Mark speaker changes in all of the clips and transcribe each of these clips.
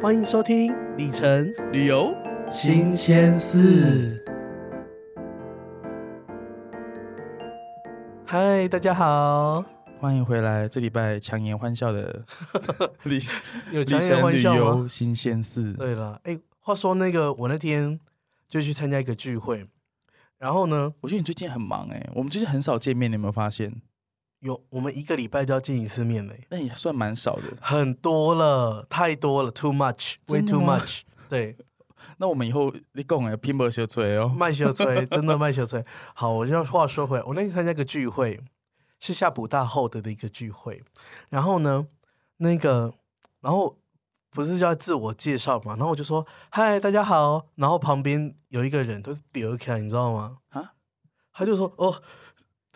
Speaker 1: 欢迎收听里程
Speaker 2: 旅游
Speaker 1: 新鲜事。嗨，大家好，
Speaker 2: 欢迎回来，这礼拜强颜欢笑 的 旅
Speaker 1: 有
Speaker 2: 旅
Speaker 1: 强颜
Speaker 2: 程
Speaker 1: 欢
Speaker 2: 旅
Speaker 1: 笑吗？
Speaker 2: 游新鲜事。
Speaker 1: 对了，哎、话说那个，我那天就去参加一个聚会，然后呢，
Speaker 2: 我觉得你最近很忙哎、我们最近很少见面，你有没有发现？
Speaker 1: 有我们一个礼拜都要见一次面嘞，
Speaker 2: 那也算蛮少 的。
Speaker 1: 很多了，太多了，too much，way
Speaker 2: 真的
Speaker 1: too
Speaker 2: 吗
Speaker 1: much。对，
Speaker 2: 那我们以后你讲哎，拼搏小锤 哦。
Speaker 1: 卖小锤，真的卖小锤。好，我就话说回来，我那天参加一个聚会，是夏普大后的的一个聚会。然后呢，那个，然后不是就要自我介绍嘛？然后我就说：“嗨，大家好。”然后旁边有一个人，都是丢开，你知道吗？
Speaker 2: 啊，
Speaker 1: 他就说：“哦，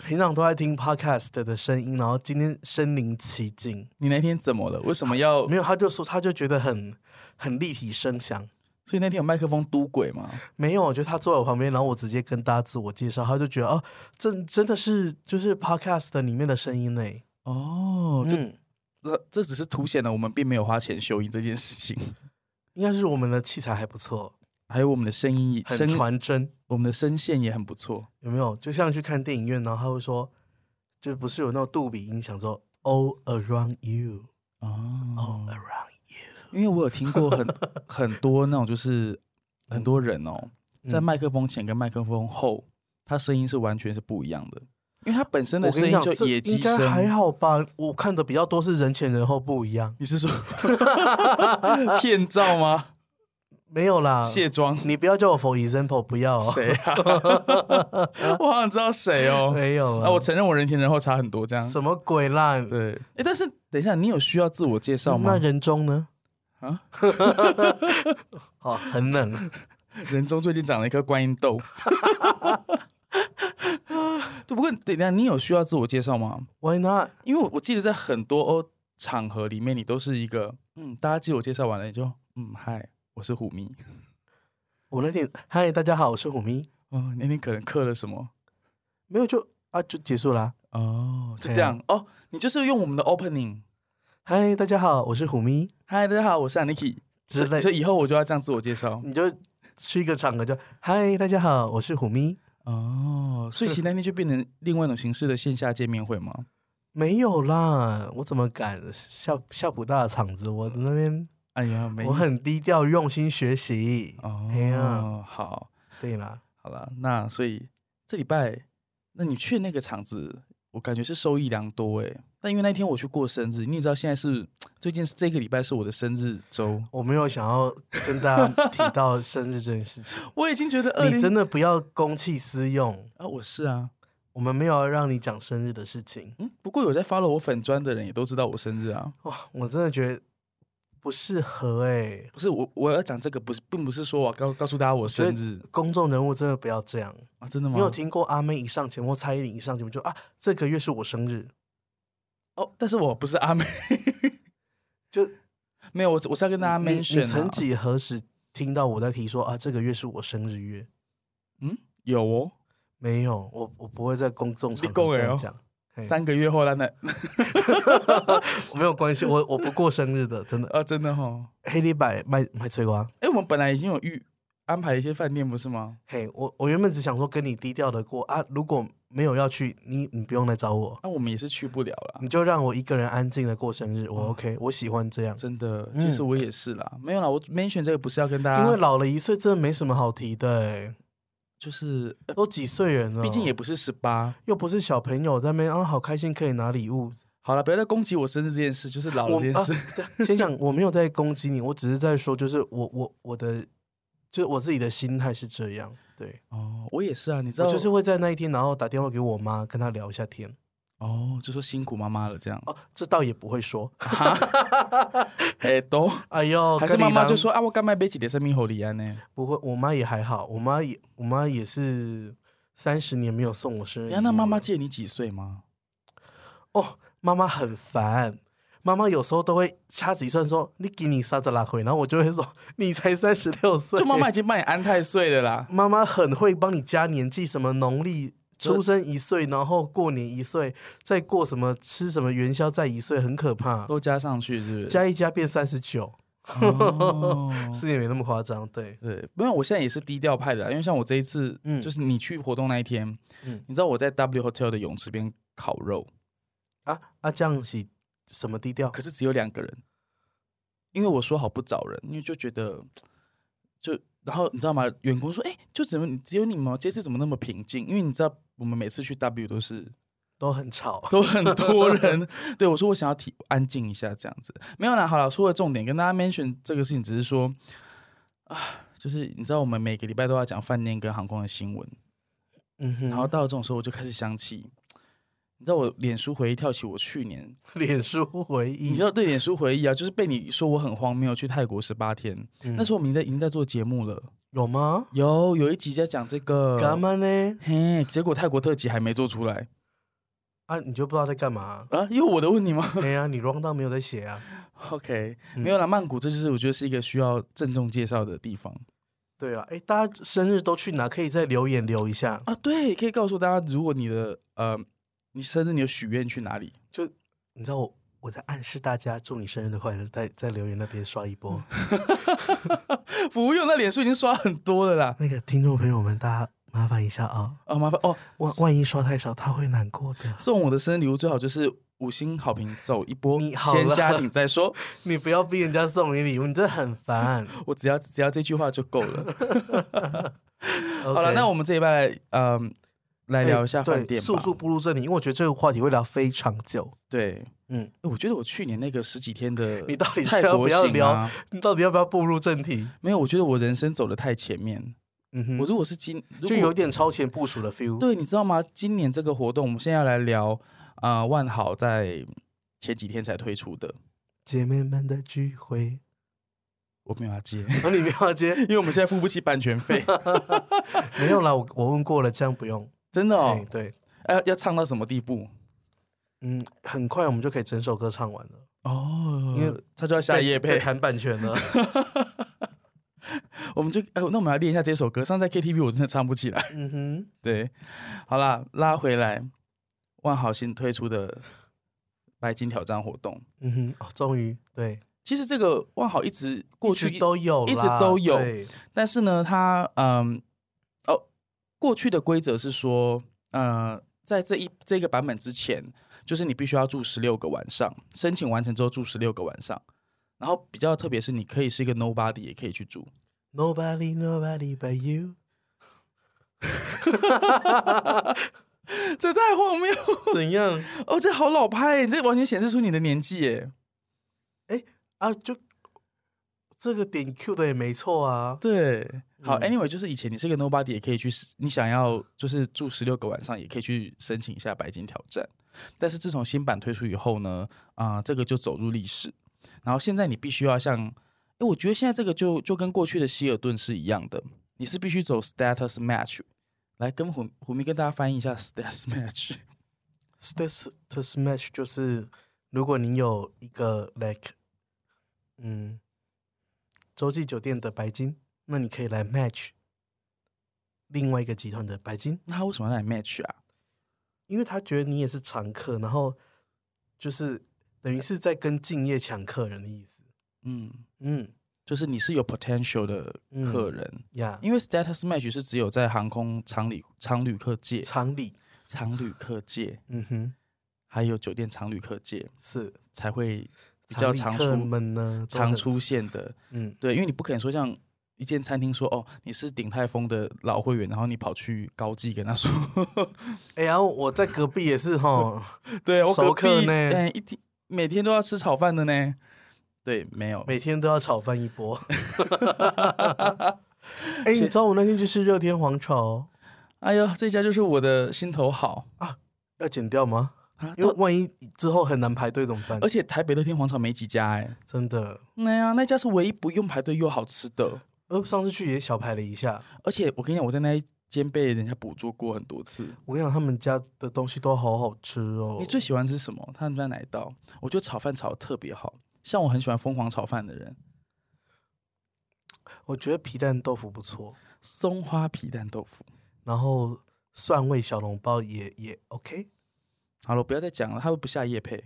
Speaker 1: 平常都在听 podcast 的声音，然后今天身临其境。
Speaker 2: 你那天怎么了？为什么要
Speaker 1: 没？有，他就说他就觉得很很立体声响。
Speaker 2: 所以那天有麦克风嘟鬼吗？
Speaker 1: 没有，就他坐在我旁边，然后我直接跟大家自我介绍，他就觉得哦，这真的是就是 podcast 的里面的声音呢。
Speaker 2: 哦，这、
Speaker 1: 嗯，
Speaker 2: 这这只是凸显了我们并没有花钱修音这件事情，
Speaker 1: 应该是我们的器材还不错，
Speaker 2: 还有我们的声音也
Speaker 1: 很
Speaker 2: 声，
Speaker 1: 传真，
Speaker 2: 我们的声线也很不错。
Speaker 1: 有没有？就像去看电影院，然后他会说，就不是有那种杜比音响说 all around you，all
Speaker 2: 哦，
Speaker 1: around，you
Speaker 2: 因为我有听过很很多那种，就是很多人哦，在
Speaker 1: 嗯
Speaker 2: 麦克风前跟麦克风后，他声音是完全是不一样的，因为他本身的
Speaker 1: 我跟
Speaker 2: 声
Speaker 1: 你
Speaker 2: 音
Speaker 1: 讲，
Speaker 2: 就
Speaker 1: 这
Speaker 2: 野
Speaker 1: 应
Speaker 2: 鸡
Speaker 1: 该还
Speaker 2: 声。
Speaker 1: 好吧？我看的比较多是人前人后不一样，
Speaker 2: 你是说 骗照吗？
Speaker 1: 没有啦。
Speaker 2: 卸妆
Speaker 1: 你不要叫我 for example，不要、啊哦，
Speaker 2: 谁啊？ 我好像知道谁哦。
Speaker 1: 没有
Speaker 2: 啊，我承认我人前人后差很多，这样
Speaker 1: 什么鬼啦？
Speaker 2: 对。哎，但是等一下，你有需要自我介绍
Speaker 1: 那
Speaker 2: 吗？
Speaker 1: 人中呢？
Speaker 2: 啊，
Speaker 1: 哦，很冷。
Speaker 2: 人中最近长了一颗观音 豆。 对，不过等一下，你有需要自我介绍吗？
Speaker 1: Why not？
Speaker 2: 因为我我记得在很多哦场合里面，你都是一个嗯，大家自我介绍完了，你就嗯嗨，我是虎迷。
Speaker 1: 我那天嗨，大家好，我是虎咪。
Speaker 2: 哦，那天可能刻了什么
Speaker 1: 没有就啊，就结束啦。
Speaker 2: 哦，就
Speaker 1: 对啊
Speaker 2: 这样、哦，你就是用我们的 opening，
Speaker 1: 嗨，大家好，我是虎咪。
Speaker 2: 嗨，大家好，我是 Aniki
Speaker 1: 之类
Speaker 2: 所以以后我就要这样自我介绍
Speaker 1: 你就去一个场合就嗨，大家好，我是虎咪。
Speaker 2: 哦。所以其实那天就变成另外一种形式的线下见面会吗？
Speaker 1: 没有啦，我怎么敢下下不大的场子？我那边
Speaker 2: 哎呀，没
Speaker 1: 我很低调，用心学习。
Speaker 2: 哦，
Speaker 1: 哎呀
Speaker 2: 好，
Speaker 1: 对啦，
Speaker 2: 好了，那所以这礼拜，那你去那个场子，我感觉是收益良多诶。但因为那天我去过生日，你也知道现在是最近是这个礼拜是我的生日周，
Speaker 1: 我没有想要跟大家提到生日这件事情。
Speaker 2: 我已经觉得 二
Speaker 1: 你
Speaker 2: 零
Speaker 1: 真的不要公器私用，
Speaker 2: 啊，我是啊，
Speaker 1: 我们没有要让你讲生日的事情。
Speaker 2: 嗯，不过有在 follow 我粉砖的人也都知道我生日啊。
Speaker 1: 哇，我真的觉得不适合哎、
Speaker 2: 不是我我要讲这个不是，并不是说我告告诉大家我生日
Speaker 1: 公众人物真的不要这样。
Speaker 2: 啊，真的吗？
Speaker 1: 你有听过阿妹一上节目，蔡依林一上节目就啊，这个月是我生日，
Speaker 2: 哦，但是我不是阿妹，
Speaker 1: 就
Speaker 2: 没有我我是要跟大家
Speaker 1: 你
Speaker 2: mention
Speaker 1: 你
Speaker 2: 啊
Speaker 1: 曾几何时听到我在提说啊，这个月是我生日月？
Speaker 2: 嗯有哦，
Speaker 1: 没有，我我不会在公众场
Speaker 2: 你讲
Speaker 1: 合这
Speaker 2: 的
Speaker 1: 样
Speaker 2: 哦
Speaker 1: 讲。嘿
Speaker 2: 三个月后那那
Speaker 1: 没有关系，我我不过生日的，真的。
Speaker 2: 啊真的哈、哦，
Speaker 1: 黑李白卖卖翠瓜，
Speaker 2: 哎、我们本来已经有预安排一些饭店，不是吗？
Speaker 1: 嘿，我我原本只想说跟你低调的过啊，如果没有要去，你你不用来找我，
Speaker 2: 那、我们也是去不了啦，
Speaker 1: 你就让我一个人安静的过生日，我
Speaker 2: 哦
Speaker 1: OK，我喜欢这样。
Speaker 2: 真的。
Speaker 1: 嗯
Speaker 2: 其实我也是啦，没有啦，我 mention 这个不是要跟大家，
Speaker 1: 因为老了一岁，真的没什么好提的、欸，
Speaker 2: 就是、呃
Speaker 1: 都几岁人了，
Speaker 2: 毕竟也不是十八。
Speaker 1: 又不是小朋友在那边啊，好开心可以拿礼物。
Speaker 2: 好了，不要再攻击我生日这件事，就是老了
Speaker 1: 我
Speaker 2: 哦这件
Speaker 1: 啊
Speaker 2: 事。
Speaker 1: 对先讲，我没有在攻击你，我只是在说，就是我我我的，就是我自己的心态是这样。对，
Speaker 2: 哦，我也是啊，你知
Speaker 1: 我
Speaker 2: 道，
Speaker 1: 就是会在那一天，然后打电话给我妈，跟她聊一下天。
Speaker 2: 哦，就说辛苦妈妈了这样。
Speaker 1: 哦，这倒也不会说。
Speaker 2: 哎、都
Speaker 1: 哎呦，
Speaker 2: 还是
Speaker 1: 跟你
Speaker 2: 妈妈
Speaker 1: 当
Speaker 2: 就说啊，我干嘛被几点生命后礼安呢？
Speaker 1: 不会，我妈也还好，我妈也我妈也是三十年没有送我生日
Speaker 2: 你
Speaker 1: 礼物
Speaker 2: 看
Speaker 1: 了。
Speaker 2: 那妈妈记得你几岁吗？
Speaker 1: 哦，妈妈很烦。妈妈有时候都会掐指一算说：“你给你三十拉回。”然后我就会说：“你才三十六岁。”
Speaker 2: 就妈妈已经帮你安太岁了啦。
Speaker 1: 妈妈很会帮你加年纪，什么农历出生一岁，然后过年一岁，再过什么吃什么元宵再一岁，很可怕。
Speaker 2: 都加上去是不是？
Speaker 1: 加一加变三十九，
Speaker 2: 哦
Speaker 1: 是也没那么夸张，对，
Speaker 2: 对，因为我现在也是低调派的啦，因为像我这一次，
Speaker 1: 嗯
Speaker 2: 就是你去活动那一天，
Speaker 1: 嗯
Speaker 2: 你知道我在 W Hotel 的泳池边烤肉，
Speaker 1: 啊啊，这样是什么低调？
Speaker 2: 可是只有两个人，因为我说好不找人，因为就觉得就然后你知道吗？员工说，哎、就怎么只有你们哦这次怎么那么平静？因为你知道我们每次去 W 都是
Speaker 1: 都很吵，
Speaker 2: 都很多人。 对我说，我想要体安静一下，这样子没有啦。好了，说的重点跟大家 mention 这个事情，只是说啊，就是你知道我们每个礼拜都要讲饭店跟航空的新闻，
Speaker 1: 嗯哼，
Speaker 2: 然后到了这种时候，我就开始想起。你知道我脸书回忆跳起我去年，
Speaker 1: 脸书回忆，
Speaker 2: 你知道对脸书回忆啊， 就是被你说我很荒谬，去泰国十八天，
Speaker 1: 嗯
Speaker 2: 那时候我们已经在已经在做节目了，
Speaker 1: 有吗？
Speaker 2: 有有一集在讲这个，
Speaker 1: 干嘛呢？
Speaker 2: 嘿，结果泰国特辑还没做出来
Speaker 1: 啊，你就不知道在干嘛？
Speaker 2: 啊，因为我的问题吗？
Speaker 1: 哎呀，你 round down 没有在写啊？
Speaker 2: OK，、
Speaker 1: 嗯
Speaker 2: 没有啦，曼谷这就是我觉得是一个需要郑重介绍的地方
Speaker 1: 对了，哎，大家生日都去哪？可以再留言留一下。
Speaker 2: 啊。对，可以告诉大家，如果你的呃，你生日你有许愿去哪里？
Speaker 1: 你知道我我在暗示大家祝你生日的快乐，在在留言那边刷一波。
Speaker 2: 不用，那脸书已经刷很多了啦。
Speaker 1: 那个听众朋友们，大家麻烦一下啊、
Speaker 2: 啊，麻烦哦，
Speaker 1: 万万一刷太少，他会难过的。
Speaker 2: 送我的生日礼物最好就是五星好评走一波，
Speaker 1: 你好
Speaker 2: 先
Speaker 1: 了
Speaker 2: 下挺再说。
Speaker 1: 你不要逼人家送你礼物，你真的很烦。
Speaker 2: 我只要只要这句话就够了。
Speaker 1: 好
Speaker 2: 好了，那我们这一拜嗯、来聊一下饭店吧。
Speaker 1: 哎速速步入正题，因为我觉得这个话题会聊非常久。
Speaker 2: 对，哎
Speaker 1: 嗯，
Speaker 2: 我觉得我去年那个十几天的
Speaker 1: 你到底是
Speaker 2: 泰
Speaker 1: 要
Speaker 2: 国
Speaker 1: 不要
Speaker 2: 行啊？
Speaker 1: 你到底要不要步入正题？
Speaker 2: 没有，我觉得我人生走的太前面。
Speaker 1: 嗯哼，
Speaker 2: 我如果是今，如
Speaker 1: 就
Speaker 2: 果
Speaker 1: 有点超前部署的 feel。
Speaker 2: 对，你知道吗？今年这个活动，我们现在要来聊啊、呃万豪在前几天才推出的，
Speaker 1: 姐妹们的聚会，
Speaker 2: 我没有要 接，
Speaker 1: 然后你没有要接，
Speaker 2: 因为我们现在付不起版 权费，
Speaker 1: 没有啦，我我问过了，这样不用。
Speaker 2: 真的
Speaker 1: 哎
Speaker 2: 哦，
Speaker 1: 对，
Speaker 2: 要要唱到什么地步？
Speaker 1: 嗯，很快我们就可以整首歌唱完了，
Speaker 2: 哦，
Speaker 1: 因
Speaker 2: 因
Speaker 1: 为
Speaker 2: 为他就要下夜
Speaker 1: 在在
Speaker 2: 配，
Speaker 1: 谈版 权了。
Speaker 2: 我们就哎、那我们来练一下这首歌。上次在 KTV 我真的唱不起来。
Speaker 1: 嗯哼，
Speaker 2: 对，好啦，拉回来，万豪新推出的白金挑战活动，
Speaker 1: 嗯哼，哦，终于对，
Speaker 2: 其实这个万豪一直过去
Speaker 1: 一直都有啦，
Speaker 2: 一直都有
Speaker 1: 对
Speaker 2: 但是呢，它嗯哦，过去的规则是说，呃，在这一这个版本之前，就是你必须要住十六个晚上，申请完成之后住十六个晚上。然后比较特别是，你可以是一个 nobody，也可以去住。
Speaker 1: Nobody, nobody but you，
Speaker 2: 这太荒谬
Speaker 1: 怎样
Speaker 2: 哦！这好老派耶，你这完全显示出你的年纪耶。
Speaker 1: 啊？就这个点 Q 的也没错啊。
Speaker 2: 对，好、
Speaker 1: 嗯
Speaker 2: a n y w a y 就是以前你是个 nobody，也可以去，你想要就是住十六个晚上，也可以去申请一下白金挑战。但是自从新版推出以后呢，啊、这个就走入历史。然后现在你必须要像，哎，我觉得现在这个就就跟过去的希尔顿是一样的，你是必须走 status match。来跟虎虎迷跟大家翻译一下 status match。
Speaker 1: Status match 就是如果你有一个 like，嗯，洲际酒店的白金，那你可以来 match 另外一个集团的白金，
Speaker 2: 那他为什么要来 match 啊？
Speaker 1: 因为他觉得你也是常客，然后就是等于是在跟敬业抢客人的意思。
Speaker 2: 嗯，
Speaker 1: 嗯
Speaker 2: 就是你是有 potential 的客人，
Speaker 1: 呀，
Speaker 2: 因为 status match 是只有在航空常旅常旅客界
Speaker 1: 常理，
Speaker 2: 常旅客界，
Speaker 1: 嗯哼，
Speaker 2: 还有酒店常旅客界
Speaker 1: 是
Speaker 2: 才会比较
Speaker 1: 常
Speaker 2: 常
Speaker 1: 理客
Speaker 2: 出
Speaker 1: 们呢，都
Speaker 2: 常
Speaker 1: 很，
Speaker 2: 出现的。
Speaker 1: 嗯，
Speaker 2: 对，因为你不可能说像一间餐厅说哦，你是鼎泰丰的老会员，然后你跑去高记跟他说，
Speaker 1: 哎、然后我在隔壁也是哈，
Speaker 2: 对我
Speaker 1: 熟
Speaker 2: 隔
Speaker 1: 客
Speaker 2: 壁
Speaker 1: 呢
Speaker 2: 哎一天每天都要吃炒饭的呢。对，没有，
Speaker 1: 每天都要炒饭一 波。哎、你知道我那天去吃热天黄炒哦
Speaker 2: 哎呦，这家就是我的心头好
Speaker 1: 要剪掉吗？
Speaker 2: 啊！呃
Speaker 1: 因为
Speaker 2: 到
Speaker 1: 万一之后很难排队怎么办
Speaker 2: 而？且台北乐天广场没几家哎，
Speaker 1: 真的，
Speaker 2: 那呀，那家是唯一不用排队又好吃的。
Speaker 1: 呃，上次去也小排了一下。
Speaker 2: 而且我跟你讲，我在那一间被人家捕捉过很多次。
Speaker 1: 我跟你讲，他们家的东西都好好吃哦。
Speaker 2: 你最喜欢吃什么？他们家哪一道？我觉得炒饭炒的特别好，像我很喜欢疯狂炒饭的人，
Speaker 1: 我觉得皮蛋豆腐不错，
Speaker 2: 松花皮蛋豆腐。
Speaker 1: 然后蒜味小笼包也也 OK。
Speaker 2: 好了，不要再讲了，他会不下夜配。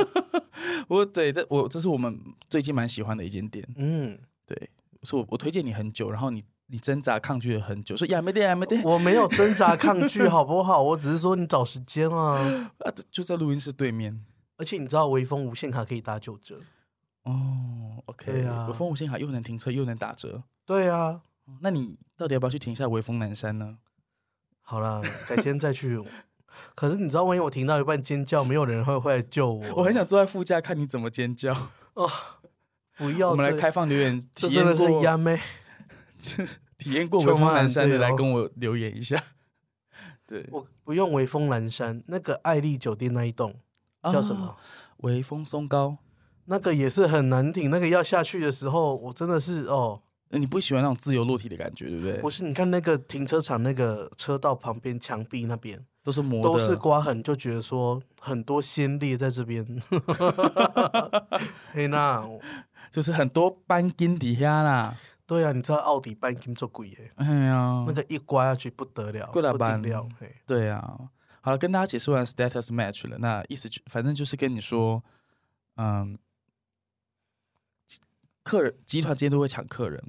Speaker 2: 我对这我这是我们最近蛮喜欢的一间店，
Speaker 1: 嗯，
Speaker 2: 对，是我我推荐你很久，然后你你挣扎抗拒了很久，说呀没得呀没得
Speaker 1: 我没有挣扎抗 拒，好不好？我只是说你找时间啊。
Speaker 2: 啊，就就在录音室对面。
Speaker 1: 而且你知道微风无限卡可以打九折，
Speaker 2: 哦，OK，
Speaker 1: 对啊
Speaker 2: 有风无限海又能停车又能打折，
Speaker 1: 对啊。
Speaker 2: 哦那你到底要不要去停一下微风南山呢？
Speaker 1: 好啦，改天再去。可是你知道，万一我听到一半尖叫，没有人会会来救我。
Speaker 2: 我很想坐在副驾看你怎么尖叫。
Speaker 1: 不要
Speaker 2: 我们来
Speaker 1: 这，
Speaker 2: 开放留言，
Speaker 1: 这
Speaker 2: 体
Speaker 1: 真
Speaker 2: 验
Speaker 1: 的是
Speaker 2: 过
Speaker 1: 压妹。
Speaker 2: 体验过
Speaker 1: 秋
Speaker 2: 微风
Speaker 1: 妈
Speaker 2: 南
Speaker 1: 很
Speaker 2: 山的
Speaker 1: 对
Speaker 2: 来
Speaker 1: 哦
Speaker 2: 跟我留言一下。 对，
Speaker 1: 我不用微风蓝山，那个爱丽酒店那一栋叫什么
Speaker 2: 啊？？微风松高。
Speaker 1: 那个也是很难挺，那个要下去的时候，我真的是哦，
Speaker 2: 呃你不喜欢那种自由落体的感觉，对不对？
Speaker 1: 不是你看那个停车场那个车道旁边墙壁那边
Speaker 2: 都是磨的，
Speaker 1: 都是刮痕，就觉得说很多先烈在这边。 嘿娜，
Speaker 2: 就是很多斑筋底下啦。
Speaker 1: 对啊，你知道奥迪半斤做鬼耶，
Speaker 2: 哎呀
Speaker 1: 那，个一刮下去不得了，不
Speaker 2: 过来
Speaker 1: 得
Speaker 2: 吧
Speaker 1: 了，嘿，
Speaker 2: 对啊。好了，跟大家解释完 status match 了，那意思就反正就是跟你说，嗯，客人集团之间都会抢客人。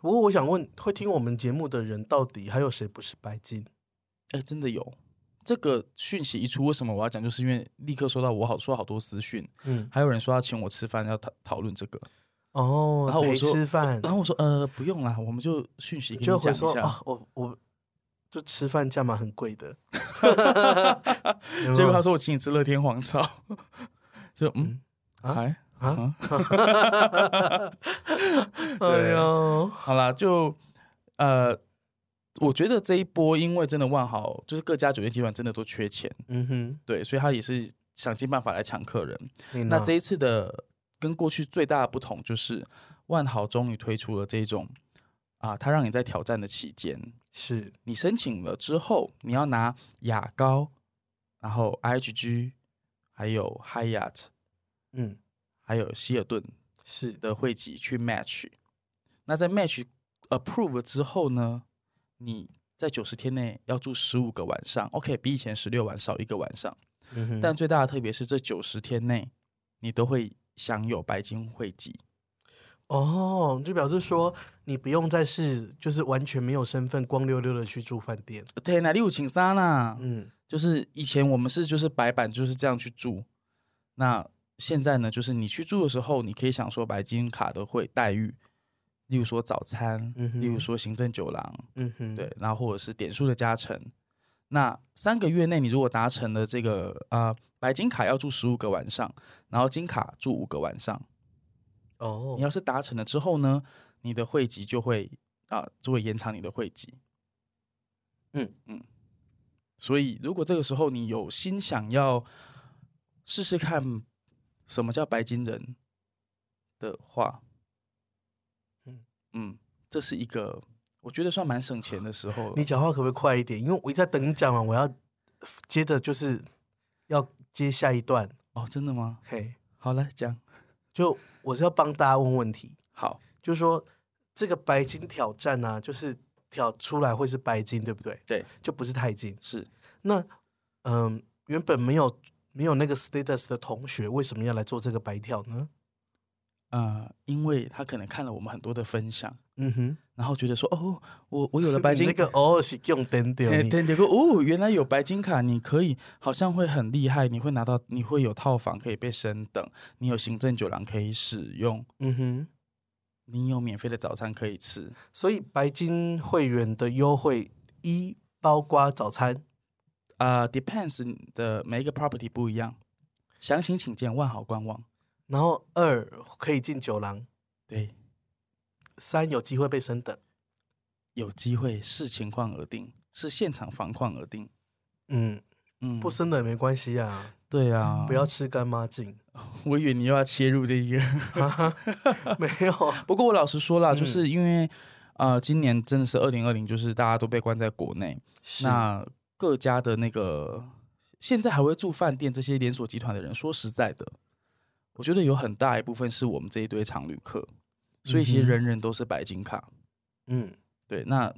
Speaker 1: 不过我想问，会听我们节目的人到底还有谁不是白金？
Speaker 2: 哎，真的有这个讯息一出，为什么我要讲？就是因为立刻收到我好说好多私讯，
Speaker 1: 嗯，
Speaker 2: 还有人说要请我吃饭，要讨讨论这个。
Speaker 1: 哦，
Speaker 2: 然后我
Speaker 1: 陪
Speaker 2: 说
Speaker 1: 吃饭，
Speaker 2: 然后我说呃不用啦，我们就讯息跟
Speaker 1: 就
Speaker 2: 你
Speaker 1: 会
Speaker 2: 讲
Speaker 1: 说
Speaker 2: 一下。
Speaker 1: 啊，我我就吃饭价码很贵 的，有没有
Speaker 2: 结果他说我请你吃乐天黄超， 就嗯
Speaker 1: 嗯啊
Speaker 2: 还
Speaker 1: 啊，
Speaker 2: 啊，
Speaker 1: 哎呦，
Speaker 2: 好啦，就呃，我觉得这一波因为真的万豪就是各家酒店集团真的都缺钱，
Speaker 1: 嗯哼，
Speaker 2: 对，所以他也是想尽办法来抢客人。
Speaker 1: 你
Speaker 2: 那
Speaker 1: 呢
Speaker 2: 这一次的跟过去最大的不同就是，万豪终于推出了这种啊，他让你在挑战的期间，
Speaker 1: 是
Speaker 2: 你申请了之后，你要拿雅高，然后 IHG，还有 Hyatt，
Speaker 1: 嗯
Speaker 2: 还有希尔顿
Speaker 1: 是
Speaker 2: 的汇集去 match。那在 match approve 了之后呢，你在九十天内要住十五个晚上，OK，比以前十六晚少一个晚上。
Speaker 1: 嗯哼，
Speaker 2: 但最大的特别是这九十天内，你都会享有白金汇集。
Speaker 1: 哦，就表示说你不用再是就是完全没有身份，光溜溜的去住饭店，
Speaker 2: 对，哪里有请三啊啦？
Speaker 1: 嗯，
Speaker 2: 就是以前我们是就是白板就是这样去住，那现在呢，就是你去住的时候，你可以享受白金卡的会待遇，例如说早餐，
Speaker 1: 嗯哼
Speaker 2: 例如说行政酒廊，
Speaker 1: 嗯哼，
Speaker 2: 对，，然后或者是点数的加成。那三个月内，你如果达成了这个呃白金卡要住十五个晚上，然后金卡住五个晚上，
Speaker 1: 哦
Speaker 2: 你，要是达成了之后呢，你的会籍就会啊、就会延长你的会籍。
Speaker 1: 嗯
Speaker 2: 嗯，所以如果这个时候你有心想要试试看什么叫白金人的话，嗯
Speaker 1: 嗯
Speaker 2: 嗯，这是一个我觉得算蛮省钱的时候了。
Speaker 1: 你讲话可不可以快一点？因为我一直在等你讲完，我要接着就是要接下一段，
Speaker 2: 哦，真的吗？
Speaker 1: 嘿，
Speaker 2: 好，来讲。
Speaker 1: 就我是要帮大家问问题，
Speaker 2: 好，
Speaker 1: 就是说这个白金挑战呢、啊，就是挑出来会是白金，对不对？
Speaker 2: 对，
Speaker 1: 就不是钛金。
Speaker 2: 是
Speaker 1: 那嗯、原本没有没有那个 status 的同学，为什么要来做这个白跳呢？
Speaker 2: 呃，因为他可能看了我们很多的分享，
Speaker 1: 嗯哼，
Speaker 2: 然后觉得说，哦，我我有了白金
Speaker 1: 你那个偶尔是用灯掉，
Speaker 2: 哎，
Speaker 1: 你
Speaker 2: 对，结果哦，原来有白金卡，你可以好像会很厉害，你会拿到，你会有套房可以被升等，你有行政酒廊可以使用，
Speaker 1: 嗯哼，
Speaker 2: 你有免费的早餐可以吃，
Speaker 1: 所以白金会员的优惠一包括早餐，
Speaker 2: 啊、d e p e n d s 你的每一个 property 不一样，详情请见万豪官网。
Speaker 1: 然后二可以进酒廊，
Speaker 2: 对，
Speaker 1: 三有机会被升等。
Speaker 2: 有机会视情况而定，是现场房况而定。
Speaker 1: 嗯，
Speaker 2: 嗯，
Speaker 1: 不升等也没关系啊，
Speaker 2: 对啊，
Speaker 1: 不要，吃干妈 净。
Speaker 2: 我以为你又要切入这一个。
Speaker 1: 没有 啊，
Speaker 2: 不过我老实说啦，就是因为、呃，今年真的是二零二零，就是大家都被关在国内，
Speaker 1: 是
Speaker 2: 那各家的那个现在还会住饭店这些连锁集团的人，说实在的，我觉得有很大一部分是我们这一堆常旅客，所以其实
Speaker 1: 嗯哼
Speaker 2: 人人都是白金卡。
Speaker 1: 嗯，
Speaker 2: 对，那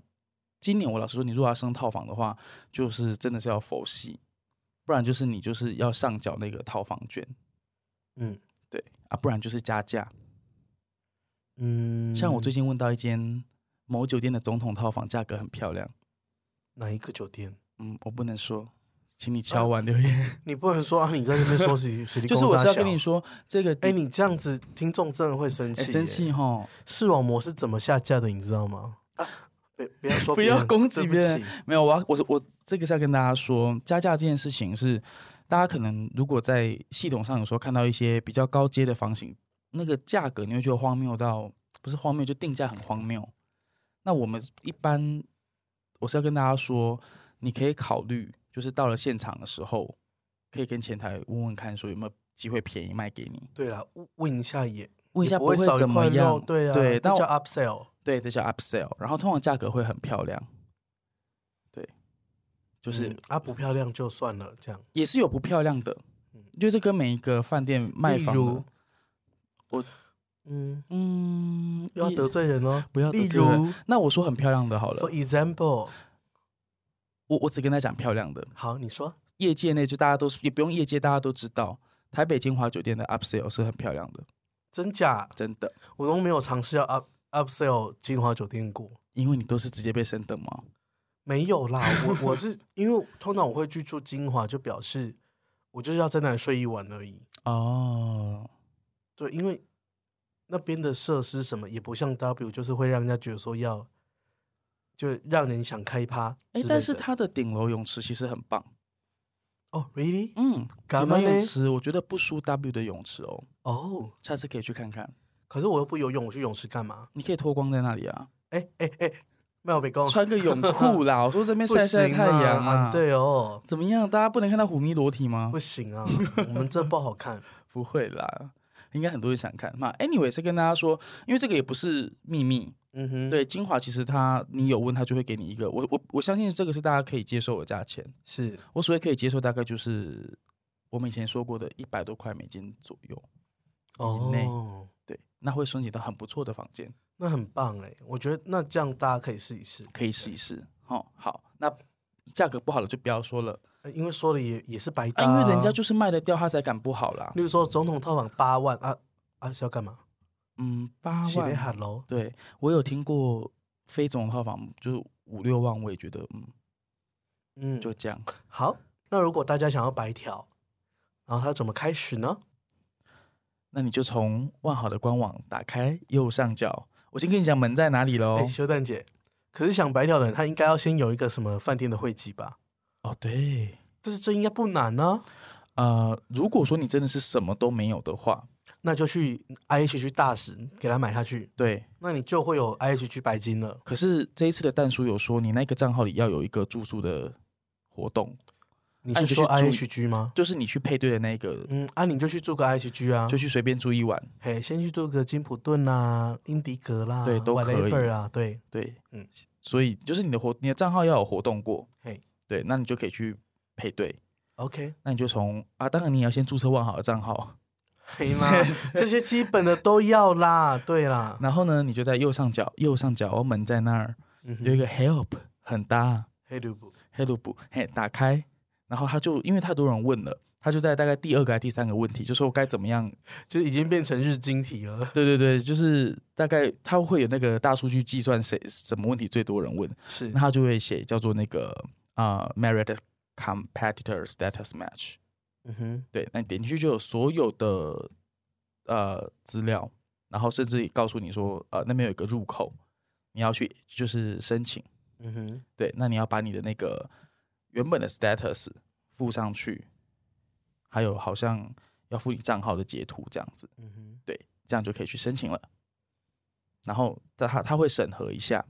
Speaker 2: 今年我老实说，你如果要升套房的话，就是真的是要佛系，不然就是你就是要上缴那个套房券。
Speaker 1: 嗯，
Speaker 2: 啊，不然就是加价。
Speaker 1: 嗯，
Speaker 2: 像我最近问到一间某酒店的总统套房，价格很漂亮。
Speaker 1: 哪一个酒店？
Speaker 2: 嗯，我不能说，请你敲完留言。
Speaker 1: 你不能说啊，你在那边说 是实力
Speaker 2: 就是我是要跟你，说，这个
Speaker 1: 哎、
Speaker 2: 地
Speaker 1: 你这样子听众真的会生气、
Speaker 2: 哎生。气吼，
Speaker 1: 视网膜是怎么下架的，你知道吗？啊，不要说
Speaker 2: 不
Speaker 1: 别
Speaker 2: 要
Speaker 1: 人
Speaker 2: 攻击
Speaker 1: 对不
Speaker 2: 别人
Speaker 1: 起
Speaker 2: 没有，我要我是我这个是要跟大家说，加价这件事情是，大家可能如果在系统上有时候看到一些比较高阶的房型，那个价格你会觉得荒谬到不是荒谬，就定价很荒谬。那我们一般我是要跟大家说，你可以考虑，就是到了现场的时候，可以跟前台问问看，说有没有机会便宜卖给你，
Speaker 1: 对了，问问一下也
Speaker 2: 问一下
Speaker 1: 也不
Speaker 2: 会
Speaker 1: 少一
Speaker 2: 怎么
Speaker 1: 块肉
Speaker 2: 样，
Speaker 1: 对啊，
Speaker 2: 对，但
Speaker 1: 这
Speaker 2: 我
Speaker 1: 叫 upsell。
Speaker 2: 对，这叫 upsell，然后通常价格会很漂亮，对，就是、
Speaker 1: 嗯啊，不漂亮就算了，这样。
Speaker 2: 也是有不漂亮的
Speaker 1: 嗯，
Speaker 2: 就是跟每一个饭店卖
Speaker 1: 例
Speaker 2: 房
Speaker 1: 如
Speaker 2: 的，我
Speaker 1: 嗯，
Speaker 2: 嗯，
Speaker 1: 不要
Speaker 2: 一
Speaker 1: 得罪人哦。
Speaker 2: 不要得
Speaker 1: 例
Speaker 2: 罪人
Speaker 1: 如
Speaker 2: 那我说很漂亮的好
Speaker 1: ，for
Speaker 2: 了，
Speaker 1: example，
Speaker 2: 我我只跟他讲漂亮的，
Speaker 1: 好，你说
Speaker 2: 业界内就大家都也不用业界，大家都知道，台北金华酒店的 upsell 是很漂亮的，
Speaker 1: 真假？
Speaker 2: 真的，
Speaker 1: 我都没有尝试要 up upsell 金华酒店过，
Speaker 2: 因为你都是直接被升等嘛，
Speaker 1: 没有啦。我我 是因为通常我会去住金华，就表示我就是要在那里睡一晚而已。
Speaker 2: 哦，
Speaker 1: 对，因为那边的设施什么也不像 W，就是会让人家觉得说要，就让人想开趴之类
Speaker 2: 哎
Speaker 1: 的。，
Speaker 2: 但是它的顶楼泳池其实很棒，
Speaker 1: 哦，really？
Speaker 2: 嗯，
Speaker 1: 干
Speaker 2: 顶
Speaker 1: 嘛
Speaker 2: 楼泳
Speaker 1: 呢
Speaker 2: 池我觉得不输 W 的泳池哦，
Speaker 1: 哦，
Speaker 2: 下次可以去看看，
Speaker 1: 可是我又不游泳，我去泳池干嘛？
Speaker 2: 你可以脱光在那里啊，
Speaker 1: 哎哎哎，没有被告，
Speaker 2: 穿个泳裤啦，我说这边
Speaker 1: 不
Speaker 2: 晒晒
Speaker 1: 行
Speaker 2: 太
Speaker 1: 啊
Speaker 2: 阳
Speaker 1: 啊，对哦，
Speaker 2: 怎么样？大家不能看到虎咪裸体吗
Speaker 1: 不？行啊，我们这不好 看。
Speaker 2: 不会啦，应该很多人想看嘛。Anyway，是跟大家说，因为这个也不是秘密。
Speaker 1: 嗯哼，，
Speaker 2: 对，精华其实他你有问他就会给你一个，我我我相信这个是大家可以接受的价钱。
Speaker 1: 是
Speaker 2: 我所谓可以接受，大概就是我们以前说过的一百多块美金左右。内
Speaker 1: 哦，
Speaker 2: 对，那会升级到很不错的房间，
Speaker 1: 那很棒哎，我觉得那这样大家可以试一试，
Speaker 2: 可以试一试。哦，好，那价格不好的就不要说了，
Speaker 1: 呃因为说了也也是白搭
Speaker 2: 啊、
Speaker 1: 啊、
Speaker 2: 因为人家就是卖得掉，他才敢不好啦。
Speaker 1: 例如说总统套房八万啊啊是要干嘛？
Speaker 2: 嗯，八
Speaker 1: 洗
Speaker 2: 万
Speaker 1: 脸。喊喽，
Speaker 2: 对我有听过非总套房，就是五六万，我也觉得嗯，
Speaker 1: 嗯，
Speaker 2: 就这样。
Speaker 1: 好。那如果大家想要白条，然后它怎么开始呢？
Speaker 2: 那你就从万豪的官网打开右上角，我先跟你讲门在哪里喽
Speaker 1: 哎、。修蛋姐，可是想白条的人，他应该要先有一个什么饭店的会籍吧？
Speaker 2: 哦，对，
Speaker 1: 但是这应该不难啊呢、
Speaker 2: 呃，如果说你真的是什么都没有的话，
Speaker 1: 那就去 IHG 大使给他买下去，
Speaker 2: 对。
Speaker 1: 那你就会有 IHG 白金了。
Speaker 2: 可是这一次的蛋叔有说，你那个账号里要有一个住宿的活动，
Speaker 1: 你是
Speaker 2: 啊你就
Speaker 1: 说
Speaker 2: 去
Speaker 1: IHG 吗？
Speaker 2: 就是你去配对的那个，
Speaker 1: 嗯，啊，你就去住个 IHG 啊，
Speaker 2: 就去随便住一晚，
Speaker 1: 嘿，先去住个金普顿啦、英迪格啦，
Speaker 2: 对都可以
Speaker 1: whatever 啊，对，
Speaker 2: 对，
Speaker 1: 嗯
Speaker 2: 嗯。所以就是你的活，你的账号要有活动过，
Speaker 1: 嘿
Speaker 2: 对，那你就可以去配对。
Speaker 1: ，OK，
Speaker 2: 那你就从啊，当然你也要先注册万豪的账号，
Speaker 1: 可以吗？这些基本的都要啦，对啦，
Speaker 2: 然后呢，你就在右上角，右上角哦，门在那儿
Speaker 1: 嗯
Speaker 2: 有一
Speaker 1: 哼，
Speaker 2: 个 Help，很大
Speaker 1: 黑卢布，
Speaker 2: Help，嘿，打开，然后他就因为太多人问了，他就在大概第二个还是第三个问题，就说我该怎么样？
Speaker 1: 就已经变成日经题了，
Speaker 2: 对对对，就是大概他会有那个大数据计算谁什么问题最多人问，
Speaker 1: 是
Speaker 2: 那他就会写叫做那个啊、m e r i t Competitor Status Match，
Speaker 1: 嗯哼，
Speaker 2: 对，那你点进去就有所有的呃资料，然后甚至也告诉你说，呃，那边有一个入口，你要去就是申请，
Speaker 1: 嗯哼，
Speaker 2: 对，那你要把你的那个原本的 status 附上去，还有好像要附你账号的截图这样子，
Speaker 1: 嗯哼，
Speaker 2: 对，这样就可以去申请了。然后他他他会审核一下，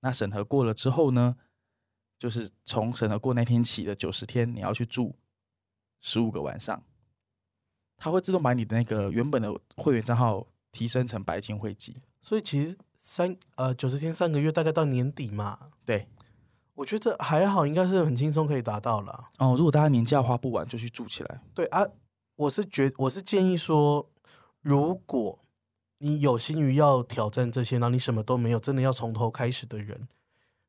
Speaker 2: 那审核过了之后呢，就是从审核过那天起的九十天，你要去住十五个晚上，他会自动把你的那个原本的会员账号提升成白金会籍。
Speaker 1: 所以其实三呃九十天三个月，大概到年底嘛，
Speaker 2: 对
Speaker 1: 我觉得这还好，应该是很轻松可以达到啦。
Speaker 2: 哦，如果大家年假花不完，就去住起来。
Speaker 1: 对啊，我是觉我是建
Speaker 2: 嗯
Speaker 1: 议说，如果你有心于要挑战这些，然后你什么都没有，真的要从头开始的人，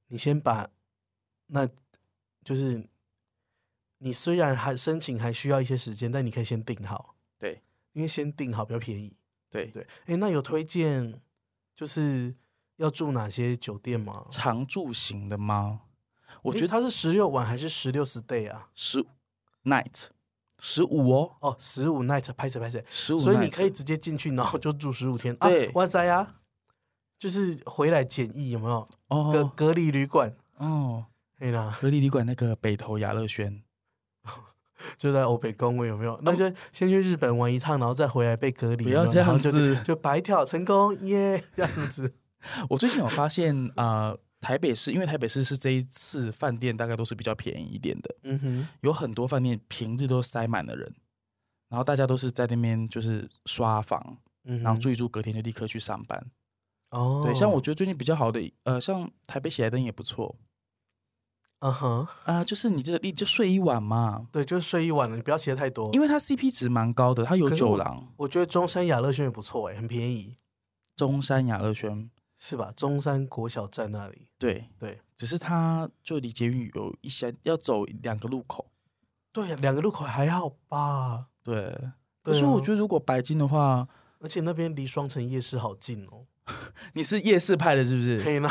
Speaker 1: 你先把那就是你虽然还申请还需要一些时间，但你可以先定好。
Speaker 2: 对，
Speaker 1: 因为先订好比较便宜。
Speaker 2: 对，
Speaker 1: 对，哎，那有推荐就是要住哪些酒店吗？
Speaker 2: 常住型的吗？我
Speaker 1: 诶
Speaker 2: 觉得它
Speaker 1: 它是十六晚还是十六 stay 啊？
Speaker 2: 十 night 十五哦，
Speaker 1: 哦，十五 night 拍谁拍谁，
Speaker 2: 十五，
Speaker 1: 所以你可以直接进去，然后就住十五天。啊
Speaker 2: 对
Speaker 1: 哇塞呀，就是回来检疫有没有？隔
Speaker 2: 哦
Speaker 1: 隔离旅馆，
Speaker 2: 哦，
Speaker 1: 哎啦，
Speaker 2: 隔离旅馆那个北投雅乐轩，
Speaker 1: 就在欧北公有没有？那就先去日本玩一趟，然后再回来被隔离。
Speaker 2: 哦不
Speaker 1: 有
Speaker 2: 要
Speaker 1: 没有
Speaker 2: 这
Speaker 1: 然后
Speaker 2: 样
Speaker 1: 就
Speaker 2: 子。
Speaker 1: 就白跳成功耶，这样子。
Speaker 2: 我最近有发现啊、呃台北市因为台北市是这一次饭店大概都是比较便宜一点的，
Speaker 1: 嗯哼，
Speaker 2: 有很多饭店平日都塞满了人，然后大家都是在那边就是刷房，
Speaker 1: 嗯哼
Speaker 2: 然后住一住，隔天就立刻去上班。
Speaker 1: 哦，
Speaker 2: 对，像我，觉得最近比较好的，呃，像台北喜来登也不错
Speaker 1: 嗯哼，
Speaker 2: 啊、就是你这你就睡一晚嘛，
Speaker 1: 对，就是睡一晚了，你不要写太多。
Speaker 2: 因为它 CP 值蛮高的，它有
Speaker 1: 可是我
Speaker 2: 酒廊、
Speaker 1: 我觉得中山雅乐轩也不错哎，很便宜，
Speaker 2: 中山雅乐轩，
Speaker 1: 是吧？中山国小站那里，
Speaker 2: 对
Speaker 1: 对，
Speaker 2: 只是它就离捷运有一些要走两个路口，
Speaker 1: 对啊呀，两个路口还好吧？
Speaker 2: 对。可
Speaker 1: 对
Speaker 2: 是我
Speaker 1: 啊
Speaker 2: 觉得，如果白金的话，
Speaker 1: 而且那边离双城夜市好近哦。
Speaker 2: 你是夜市派的，是不是？
Speaker 1: 嘿啦，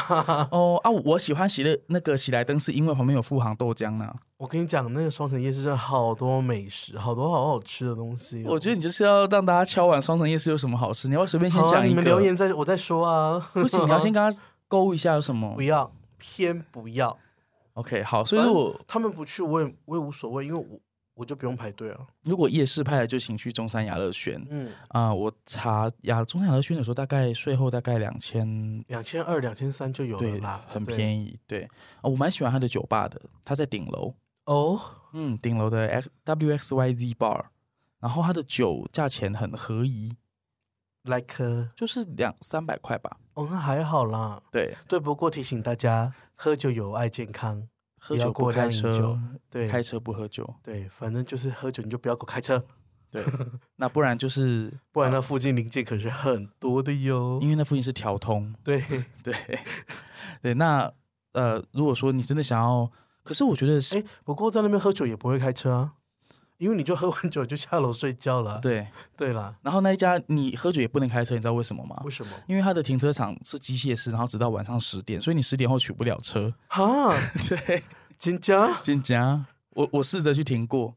Speaker 2: 哦啊，我我喜欢喜乐那个喜来登，是因为旁边有富航豆浆啊呢、
Speaker 1: 我跟你讲，那个双城夜市真的好多美食，好多好好吃的东西哦、
Speaker 2: 我觉得你就是要让大家敲碗双城夜市有什么好吃，你要不要随便先
Speaker 1: 好啊
Speaker 2: 讲一个。
Speaker 1: 你们留言在我再说啊。
Speaker 2: 不行，你要先跟他勾一下有什么
Speaker 1: 不。要，偏不要。
Speaker 2: OK，好，所以如果
Speaker 1: 他们不去，我也我也无所谓，因为我我就不用排队啊。
Speaker 2: 如果夜市派的，就请去中山雅乐轩
Speaker 1: 嗯，
Speaker 2: 啊、我查雅中山雅乐轩的时候，大概税后大概两千，
Speaker 1: 两千二、两千三就有了
Speaker 2: 对
Speaker 1: 啦，，
Speaker 2: 很
Speaker 1: 宜
Speaker 2: 便宜。对啊、我蛮喜欢他的酒吧的，他在顶楼，
Speaker 1: 哦。
Speaker 2: 嗯，顶楼的 X W X Y Z Bar，然后他的酒价钱很合宜，
Speaker 1: Like，呃
Speaker 2: 就是两三百块吧。
Speaker 1: 哦，那还好啦。
Speaker 2: 对，
Speaker 1: 对，不过提醒大家，喝酒有碍健康。
Speaker 2: 喝
Speaker 1: 不要
Speaker 2: 酒不
Speaker 1: 过
Speaker 2: 开
Speaker 1: 量饮酒
Speaker 2: 车，
Speaker 1: 对，
Speaker 2: 开车不喝酒。
Speaker 1: 对，反正就是喝酒你就不要给我开车，
Speaker 2: 对，那不 然就是
Speaker 1: 不然那附近零件可是很多的哟。
Speaker 2: 因为那附近是调通，
Speaker 1: 对，
Speaker 2: 对对。那呃，如果说你真的想要，可是我觉得是、
Speaker 1: 哎，不过在那边喝酒也不会开车啊，因为你就喝完酒就下楼睡觉了。啊
Speaker 2: 对。
Speaker 1: 对啦，
Speaker 2: 然后那一家你喝酒也不能开车，你知道为什么吗
Speaker 1: 为？什么？
Speaker 2: 因为它的停车场是机械式，然后直到晚上十点，所以你十点后取不 了车。
Speaker 1: 哈，
Speaker 2: 对，
Speaker 1: 金家，
Speaker 2: 真假？我我试着去停过，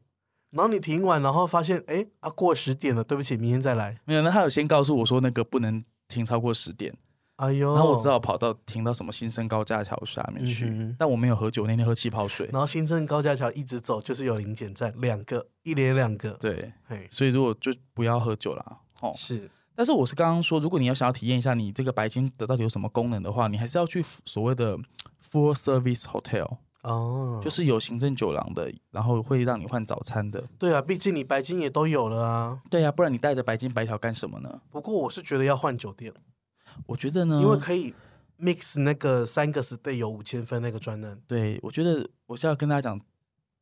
Speaker 1: 然后你停完，然后发现，哎啊，过十点了，对不起，明天再来。
Speaker 2: 没有。那他有先告诉我说那个不能停超过十点，
Speaker 1: 哎呦，
Speaker 2: 然后我只好跑到停到什么新生高架桥下面去，
Speaker 1: 嗯哼
Speaker 2: 但我没有喝酒，那天喝气泡水。
Speaker 1: 然后新镇高架桥一直走，就是有零检站，两个，一连两个。
Speaker 2: 对，
Speaker 1: 对，
Speaker 2: 所以如果就不要喝酒啦。哦，
Speaker 1: 是，
Speaker 2: 但是我是刚刚说，如果你要想要体验一下你这个白金的到底有什么功能的话，你还是要去所谓的 full service hotel，
Speaker 1: 哦，
Speaker 2: 就是有行政酒廊的，然后会让你换早餐的。
Speaker 1: 对啊，毕竟你白金也都有了啊。
Speaker 2: 对呀、不然你带着白金白条干什么呢？
Speaker 1: 不过我是觉得要换酒店，
Speaker 2: 我觉得呢，
Speaker 1: 因为可以 mix 那个三个 stay 有五千分那个专案。
Speaker 2: 对我觉得我是要跟大家讲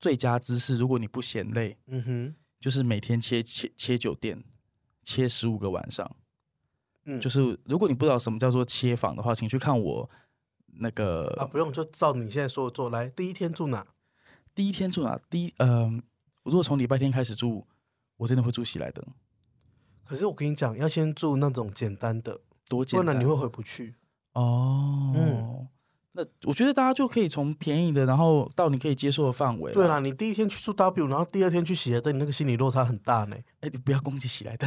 Speaker 2: 最佳姿势，如果你不嫌累，
Speaker 1: 嗯哼，
Speaker 2: 就是每天切切切酒店，切十五个晚上。
Speaker 1: 嗯，
Speaker 2: 就是是如果你不知道什么叫做切房的话，请去看我那个、
Speaker 1: 啊，不用，就照你现在说的做。来，第一天住哪？
Speaker 2: 第一天住哪？第一，嗯、我如果从礼拜天开始住，我真的会住喜来登，
Speaker 1: 可是我跟你讲，要先住那种简单的，
Speaker 2: 多
Speaker 1: 不
Speaker 2: 简单
Speaker 1: 然你会回不去。
Speaker 2: 哦。
Speaker 1: 嗯
Speaker 2: 那我觉得大家就可以从便宜的，然后到你可以接受的范围。
Speaker 1: 对啦，，你第一天去住 W，然后第二天去喜来登，你那个心理落差很大呢。
Speaker 2: 哎，你不要攻击喜来登，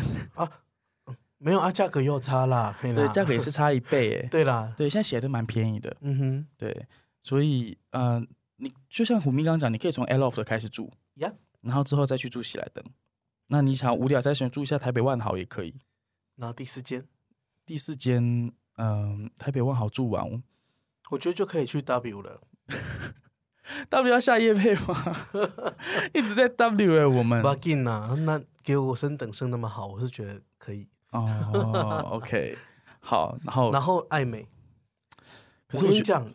Speaker 1: 没有啊，价格也有差啦，嘿啦
Speaker 2: 对，价格也是差 一倍哎。
Speaker 1: 对啦，
Speaker 2: 对，现在喜来登蛮便宜的，
Speaker 1: 嗯哼，
Speaker 2: 对，所以呃，你就像虎咪刚刚讲，你可以从 Aloft 开始住
Speaker 1: Yeah
Speaker 2: 然后之后再去住喜来登。那你想无聊再选住一下台北万豪也可以。
Speaker 1: 然后第四间，
Speaker 2: 第四间，嗯、台北万豪住完，
Speaker 1: 我觉得就可以去 W 了。
Speaker 2: W 要下夜配吗？ 一直在 W 哎、我们
Speaker 1: b u g i n 啊，那给我升等升那么好，我是觉得可以。
Speaker 2: 哦，OK，好，然后
Speaker 1: 然后爱美，
Speaker 2: 哦可是
Speaker 1: 我
Speaker 2: 我
Speaker 1: 跟你
Speaker 2: 觉得，
Speaker 1: 讲，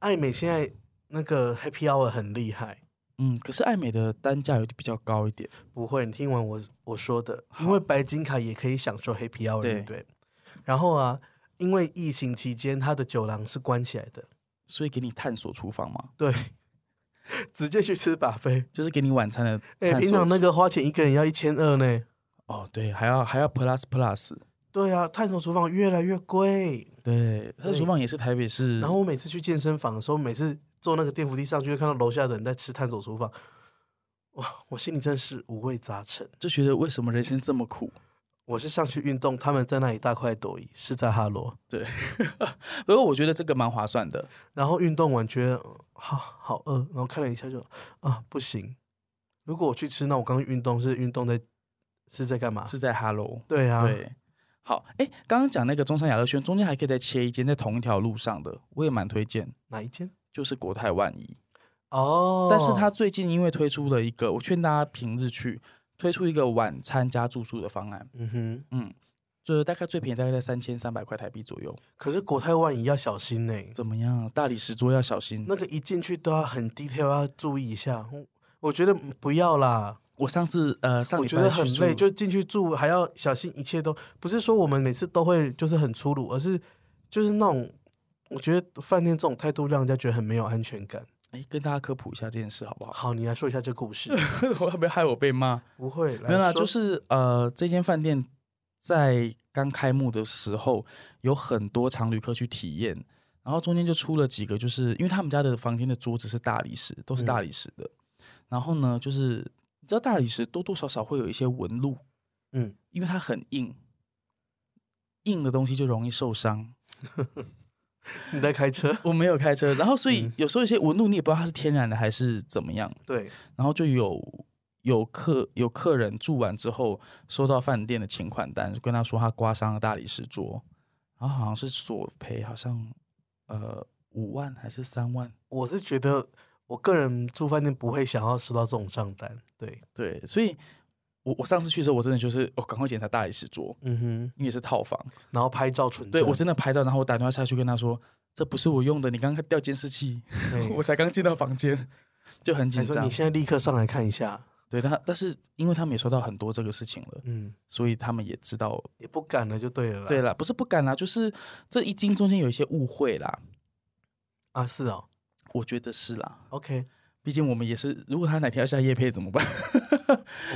Speaker 1: 爱美现在那个 Happy Hour 很厉害。
Speaker 2: 嗯，可是爱美的单价有点比较高一点，
Speaker 1: 不会，你听完我我说的，因为白金卡也可以享受 Happy Hour，
Speaker 2: 对
Speaker 1: 对不对？然后啊，因为疫情期间，它的酒廊是关起来的，
Speaker 2: 所以给你探索厨房嘛，
Speaker 1: 对， 直接去吃把费。
Speaker 2: 就是给你晚餐的
Speaker 1: 哎、
Speaker 2: 探索厨。
Speaker 1: 平常那个花钱一个人要一千二呢，
Speaker 2: 哦，对，还要还要 plus plus，
Speaker 1: 对啊，探索厨房越来越贵。
Speaker 2: 对，它的
Speaker 1: 对
Speaker 2: 厨房也是台北市，
Speaker 1: 然后我每次去健身房的时候，每次坐那个电扶梯上去，就看到楼下的人在吃探索厨房，哇，我心里真是五味杂陈。
Speaker 2: 就觉得为什么人生这么苦？
Speaker 1: 我是上去运动，他们在那里大快朵颐，是在哈罗。
Speaker 2: 不过我觉得这个蛮划算的，
Speaker 1: 然后运动完觉得嗯好好饿，然后看了一下就啊不行。如果我去吃，那我刚刚运动是运动在是在干嘛？
Speaker 2: 是在 Hello，
Speaker 1: 对啊，
Speaker 2: 对。好，哎，刚刚讲那个中山雅乐轩，中间还可以再切一间在同一条路上的，我也蛮推荐，
Speaker 1: 哪一间？
Speaker 2: 就是国泰万怡。
Speaker 1: 哦，
Speaker 2: 但是它最近因为推出了一个，我劝大家平日去推出一个晚餐加住宿的方案，
Speaker 1: 嗯哼，
Speaker 2: 嗯，就是大概最便宜大概在三千三百块台币左右。
Speaker 1: 可是国泰万怡要小心呢、
Speaker 2: 怎么样？大理石桌要小心。
Speaker 1: 那个一进去都要很 detail，要注意一下。我我觉得不要啦，
Speaker 2: 我上次呃上
Speaker 1: 我
Speaker 2: 礼
Speaker 1: 觉
Speaker 2: 拜
Speaker 1: 得
Speaker 2: 去
Speaker 1: 很
Speaker 2: 住
Speaker 1: 累，就进去住还要小心，一切都不是说我们每次都会就是很粗鲁，而是就是那种我觉得饭店这种态度让人家觉得很没有安全感。
Speaker 2: 哎跟大家科普一下这件事好 不好？
Speaker 1: 好，你来说一下这故事。
Speaker 2: 我要不要害我被骂？
Speaker 1: 不会，来
Speaker 2: 没有啦，
Speaker 1: 说
Speaker 2: 就是呃这间饭店在刚开幕的时候，有很多常旅客去体验。然后中间就出了几个，就是因为他们家的房间的桌子是大理石，都是
Speaker 1: 嗯
Speaker 2: 大理石的。然后呢，就是你知道大理石多多少少会有一些纹路，
Speaker 1: 嗯，
Speaker 2: 因为它很硬，硬的东西就容易受伤。
Speaker 1: 你在开车，
Speaker 2: 我没有开车，然后所以
Speaker 1: 嗯
Speaker 2: 有时候一些纹路你也不知道它是天然的还是怎么样，
Speaker 1: 对，
Speaker 2: 然后就有有客有客人住完之后收到饭店的请款单，就跟他说他刮伤了大理石桌，然后好像是索赔好像呃五万还是三万，
Speaker 1: 我是觉得我个人住饭店不会想要收到这种账单。对，
Speaker 2: 对，所以我我上次去的时候我真的就是我、哦、赶快检查大理石桌，
Speaker 1: 嗯
Speaker 2: 因为是套房，
Speaker 1: 哼，然后拍照存
Speaker 2: 对
Speaker 1: 证
Speaker 2: 我真的拍照，然后我打电话下去跟他说这不是我用的，你刚刚掉监视 器，
Speaker 1: 对
Speaker 2: 我才刚进到房间。就很紧
Speaker 1: 还说
Speaker 2: 张
Speaker 1: 你，现在立刻上来看一下，
Speaker 2: 对，但他但是因为他们也收到很多这个事情了，
Speaker 1: 嗯，
Speaker 2: 所以他们也知道，
Speaker 1: 也不敢了就对了啦。
Speaker 2: 对啦，不是不敢啦，就是这一经中间有一些误会啦，
Speaker 1: 啊，是哦
Speaker 2: 我觉得是啦。
Speaker 1: ，OK，
Speaker 2: 毕竟我们也是，如果他哪天要下夜配怎么办？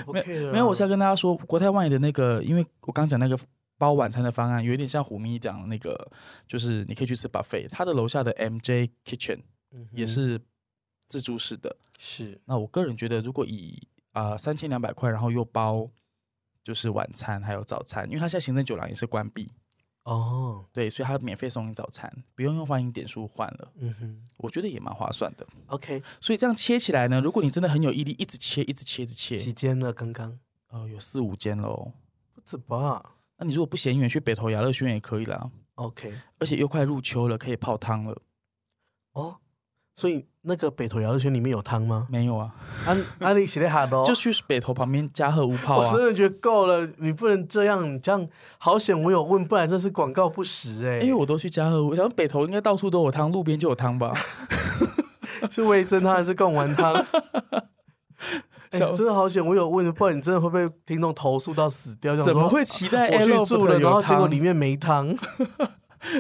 Speaker 1: 我不
Speaker 2: 没
Speaker 1: care
Speaker 2: 没有，我是
Speaker 1: 下
Speaker 2: 要跟大家说，国泰万怡的那个，因为我刚讲那个包晚餐的方案，有一点像虎咪讲的那个，就是你可以去吃 buffet，它的楼下的 MJ Kitchen 也是自助式的。
Speaker 1: 嗯是，
Speaker 2: 那我个人觉得，如果以啊三千两百块，然后又包就是晚餐还有早餐，因为它现在行政酒廊也是关闭，
Speaker 1: 哦，
Speaker 2: 对，所以它免费送你早餐，不用用欢迎点数换了，
Speaker 1: 嗯哼
Speaker 2: 我觉得也蛮划算的。
Speaker 1: ，OK，
Speaker 2: 所以这样切起来呢，如果你真的很有毅力，一直切，一直切，一直
Speaker 1: 几
Speaker 2: 切，
Speaker 1: 间了？刚刚
Speaker 2: 呃，有四五间喽。
Speaker 1: 不止吧
Speaker 2: 那你如果不嫌远，去北投雅乐轩也可以啦，
Speaker 1: ？OK，
Speaker 2: 而且又快入秋了，可以泡汤了。
Speaker 1: 哦，所以那个北投摇乐圈里面有汤吗？
Speaker 2: 没有啊，
Speaker 1: 安安利写的哈喽，
Speaker 2: 就去北投旁边嘉禾屋泡
Speaker 1: 我
Speaker 2: 啊
Speaker 1: 真。的觉得够了，你不能这样，你这样好险我有问，不然这是广告不实哎、
Speaker 2: 因为我都去嘉禾屋，我想北投应该到处都有汤，路边就有汤 吧。
Speaker 1: 是味增汤还是贡丸 汤？哎
Speaker 2: 小
Speaker 1: 真的好险我有问，不然你真的会被听众投诉到死掉。想
Speaker 2: 怎么
Speaker 1: 说
Speaker 2: 会期待
Speaker 1: 我
Speaker 2: a l o
Speaker 1: 去
Speaker 2: f
Speaker 1: 住了，然后结果里
Speaker 2: 面
Speaker 1: 面没汤，
Speaker 2: 啊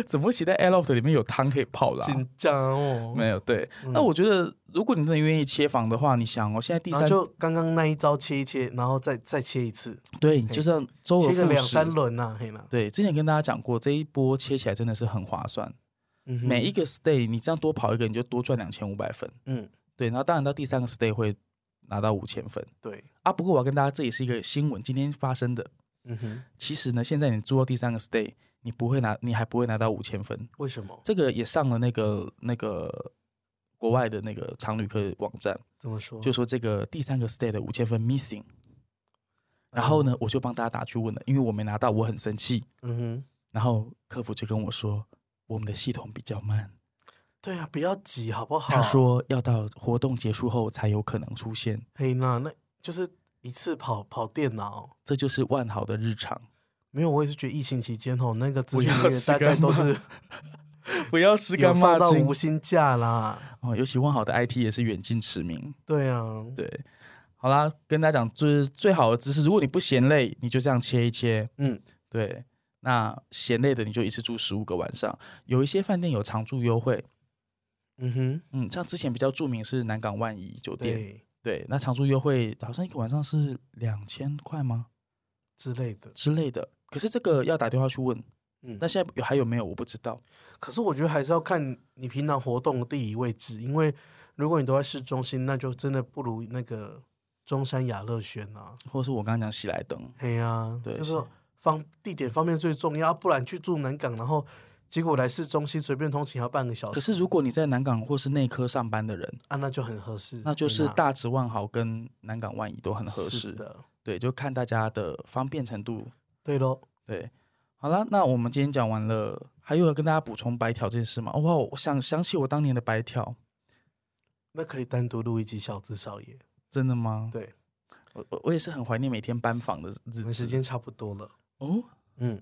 Speaker 2: 怎么会期待 a l o f 里面有汤可以泡啦？
Speaker 1: 紧张哦。
Speaker 2: 没有对。
Speaker 1: 嗯
Speaker 2: 那我觉得，如果你真的愿意切房的话，你想哦，现在第
Speaker 1: 然
Speaker 2: 三
Speaker 1: 后就刚刚那一招切一切，然后再再切一次，
Speaker 2: 对，你就是要周而
Speaker 1: 切个
Speaker 2: 哦复
Speaker 1: 两三
Speaker 2: 始。
Speaker 1: 轮呐、啊，嘿啦。
Speaker 2: 对，之前跟大家讲过，这一波切起来真的是很划算。
Speaker 1: 嗯哼
Speaker 2: 每一个 stay 你这样多跑一个，你就多赚两千五百分。
Speaker 1: 嗯，
Speaker 2: 对，然后当然到第三个 stay 会拿到五千分
Speaker 1: 对，
Speaker 2: 啊。不过我要跟大家，这也是一个新闻，今天发生的。
Speaker 1: 嗯哼，
Speaker 2: 其实呢，现在你住到第三个 stay，你不会拿，你还不会拿到五千分。
Speaker 1: 为什么？
Speaker 2: 这个也上了那个那个国外的那个常旅客网站，
Speaker 1: 怎么说？
Speaker 2: 就说这个第三个 stay 的五千分 missing。然后呢，我就帮大家打去问了，因为我没拿到，我很生气。
Speaker 1: 嗯哼，
Speaker 2: 然后客服就跟我说，我们的系统比较慢，
Speaker 1: 对啊，不要急好不好？
Speaker 2: 他说要到活动结束后才有可能出现，
Speaker 1: 嘿啦，那就是一次跑跑电脑。
Speaker 2: 这就是万豪的日常。
Speaker 1: 没有，我也是觉得疫情期间吼，那个资
Speaker 2: 不
Speaker 1: 讯
Speaker 2: 要
Speaker 1: 人员
Speaker 2: 吃
Speaker 1: 大概
Speaker 2: 干
Speaker 1: 都
Speaker 2: 妈
Speaker 1: 是
Speaker 2: 不要吃
Speaker 1: 有放到无薪假啦。
Speaker 2: 哦，尤其万豪的 IT 也是远近驰名。
Speaker 1: 对啊，
Speaker 2: 对，好啦，跟大家讲，就是最好的姿势，如果你不嫌累，你就这样切一切。
Speaker 1: 嗯，
Speaker 2: 对，那嫌累的你就一次住十五个晚上，有一些饭店有常住优惠。
Speaker 1: 嗯哼，
Speaker 2: 嗯，像之前比较著名是南港万怡酒店，
Speaker 1: 对，
Speaker 2: 对，那常住优惠好像一个晚上是两千块吗？
Speaker 1: 之类的。
Speaker 2: 之类的。可是这个要打电话去问，
Speaker 1: 嗯，
Speaker 2: 那现在有还有没有我不知道。
Speaker 1: 可是我觉得还是要看你平常活动的地理位置，因为如果你都在市中心，那就真的不如那个中山雅乐轩啊。
Speaker 2: 或者是我刚刚讲喜来登，
Speaker 1: 嘿呀、啊，
Speaker 2: 对
Speaker 1: 就是是方地点方面最重要，啊不然去住南港，然后结果来市中心随便通勤要半个小
Speaker 2: 可
Speaker 1: 时，
Speaker 2: 是如果你在南港或是内科上班的人，
Speaker 1: 啊，那就很合适。
Speaker 2: 那就是
Speaker 1: 嘿啊
Speaker 2: 大直万豪跟南港万怡都很合
Speaker 1: 是
Speaker 2: 适。
Speaker 1: 的，
Speaker 2: 对，就看大家的方便程度。
Speaker 1: 对喽。
Speaker 2: 对，好了，那我们今天讲完了，还有要跟大家补充白条这件事吗？哦，哇我想想起我当年的白条，
Speaker 1: 那可以单独录一集小资少爷，
Speaker 2: 真的吗？
Speaker 1: 对，
Speaker 2: 我我我也是很怀念每天班房的日
Speaker 1: 我们
Speaker 2: 子。
Speaker 1: 时间差不多了。
Speaker 2: 哦，
Speaker 1: 嗯，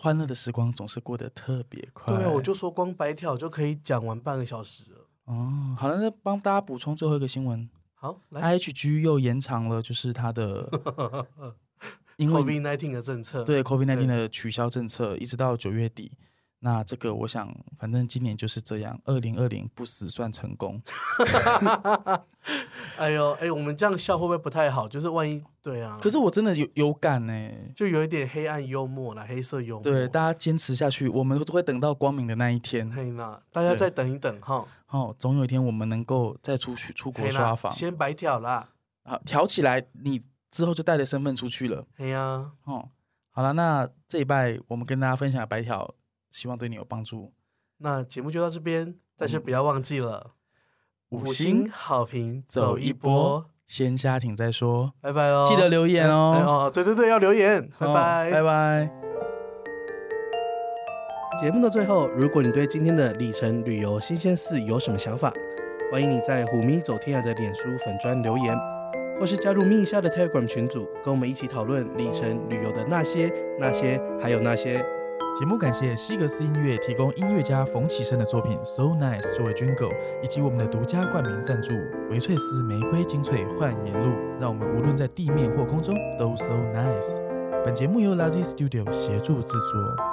Speaker 2: 欢乐的时光总是过得特别快。
Speaker 1: 对啊，我就说光白条就可以讲完半个小时了。
Speaker 2: 哦，好了，那帮大家补充最后一个新闻
Speaker 1: 好，来
Speaker 2: ，IHG 又延长了，就是它的因 为
Speaker 1: ，COVID nineteen 的政策，，
Speaker 2: 对 COVID
Speaker 1: 对
Speaker 2: nineteen 的取消政策，一直到九月底。那这个我想，反正今年就是这样，二零二零不死算成功。
Speaker 1: 哎呦，哎，我们这样笑会不会不太好？就是万一，对啊，
Speaker 2: 可是我真的有有感呢、
Speaker 1: 就有一点黑暗幽默啦，黑色幽默。
Speaker 2: 对，大家坚持下去，我们都会等到光明的那一天。
Speaker 1: 嘿啦，大家
Speaker 2: 对
Speaker 1: 再等一等哈，
Speaker 2: 哦，总有一天我们能够再出去出国
Speaker 1: 嘿
Speaker 2: 刷
Speaker 1: 啦
Speaker 2: 房，
Speaker 1: 先白条啦，
Speaker 2: 啊，挑起来，你之后就带着身份出去了。
Speaker 1: 嘿呀，
Speaker 2: 哦，好了，那这一拜我们跟大家分享的白条，希望对你有帮助。
Speaker 1: 那节目就到这边，但是不要忘记了
Speaker 2: 嗯五
Speaker 1: 星
Speaker 2: 星
Speaker 1: 好评
Speaker 2: 走
Speaker 1: 走
Speaker 2: 一
Speaker 1: 一
Speaker 2: 波
Speaker 1: 波，
Speaker 2: 先下停再说，
Speaker 1: 拜拜哦，
Speaker 2: 记得留言
Speaker 1: 哎
Speaker 2: 哦。
Speaker 1: 哦，对对对，要留言，拜
Speaker 2: 哦
Speaker 1: 拜，
Speaker 2: 拜拜。
Speaker 1: 节目的最后，如果你对今天的里程旅游新鲜事有什么想法，欢迎你在虎咪走天涯的脸书粉砖留言，或是加入咪一下的 Telegram 群组，跟我们一起讨论里程旅游的那些、那些，还有那些。
Speaker 2: 节目感谢西格斯音乐提供音乐家冯启生的作品《So Nice》作为 Jingle，以及我们的独家冠名赞助维翠斯玫瑰精粹焕颜露，让我们无论在地面或空中都 So Nice。本节目由 Lazy Studio 协助制作。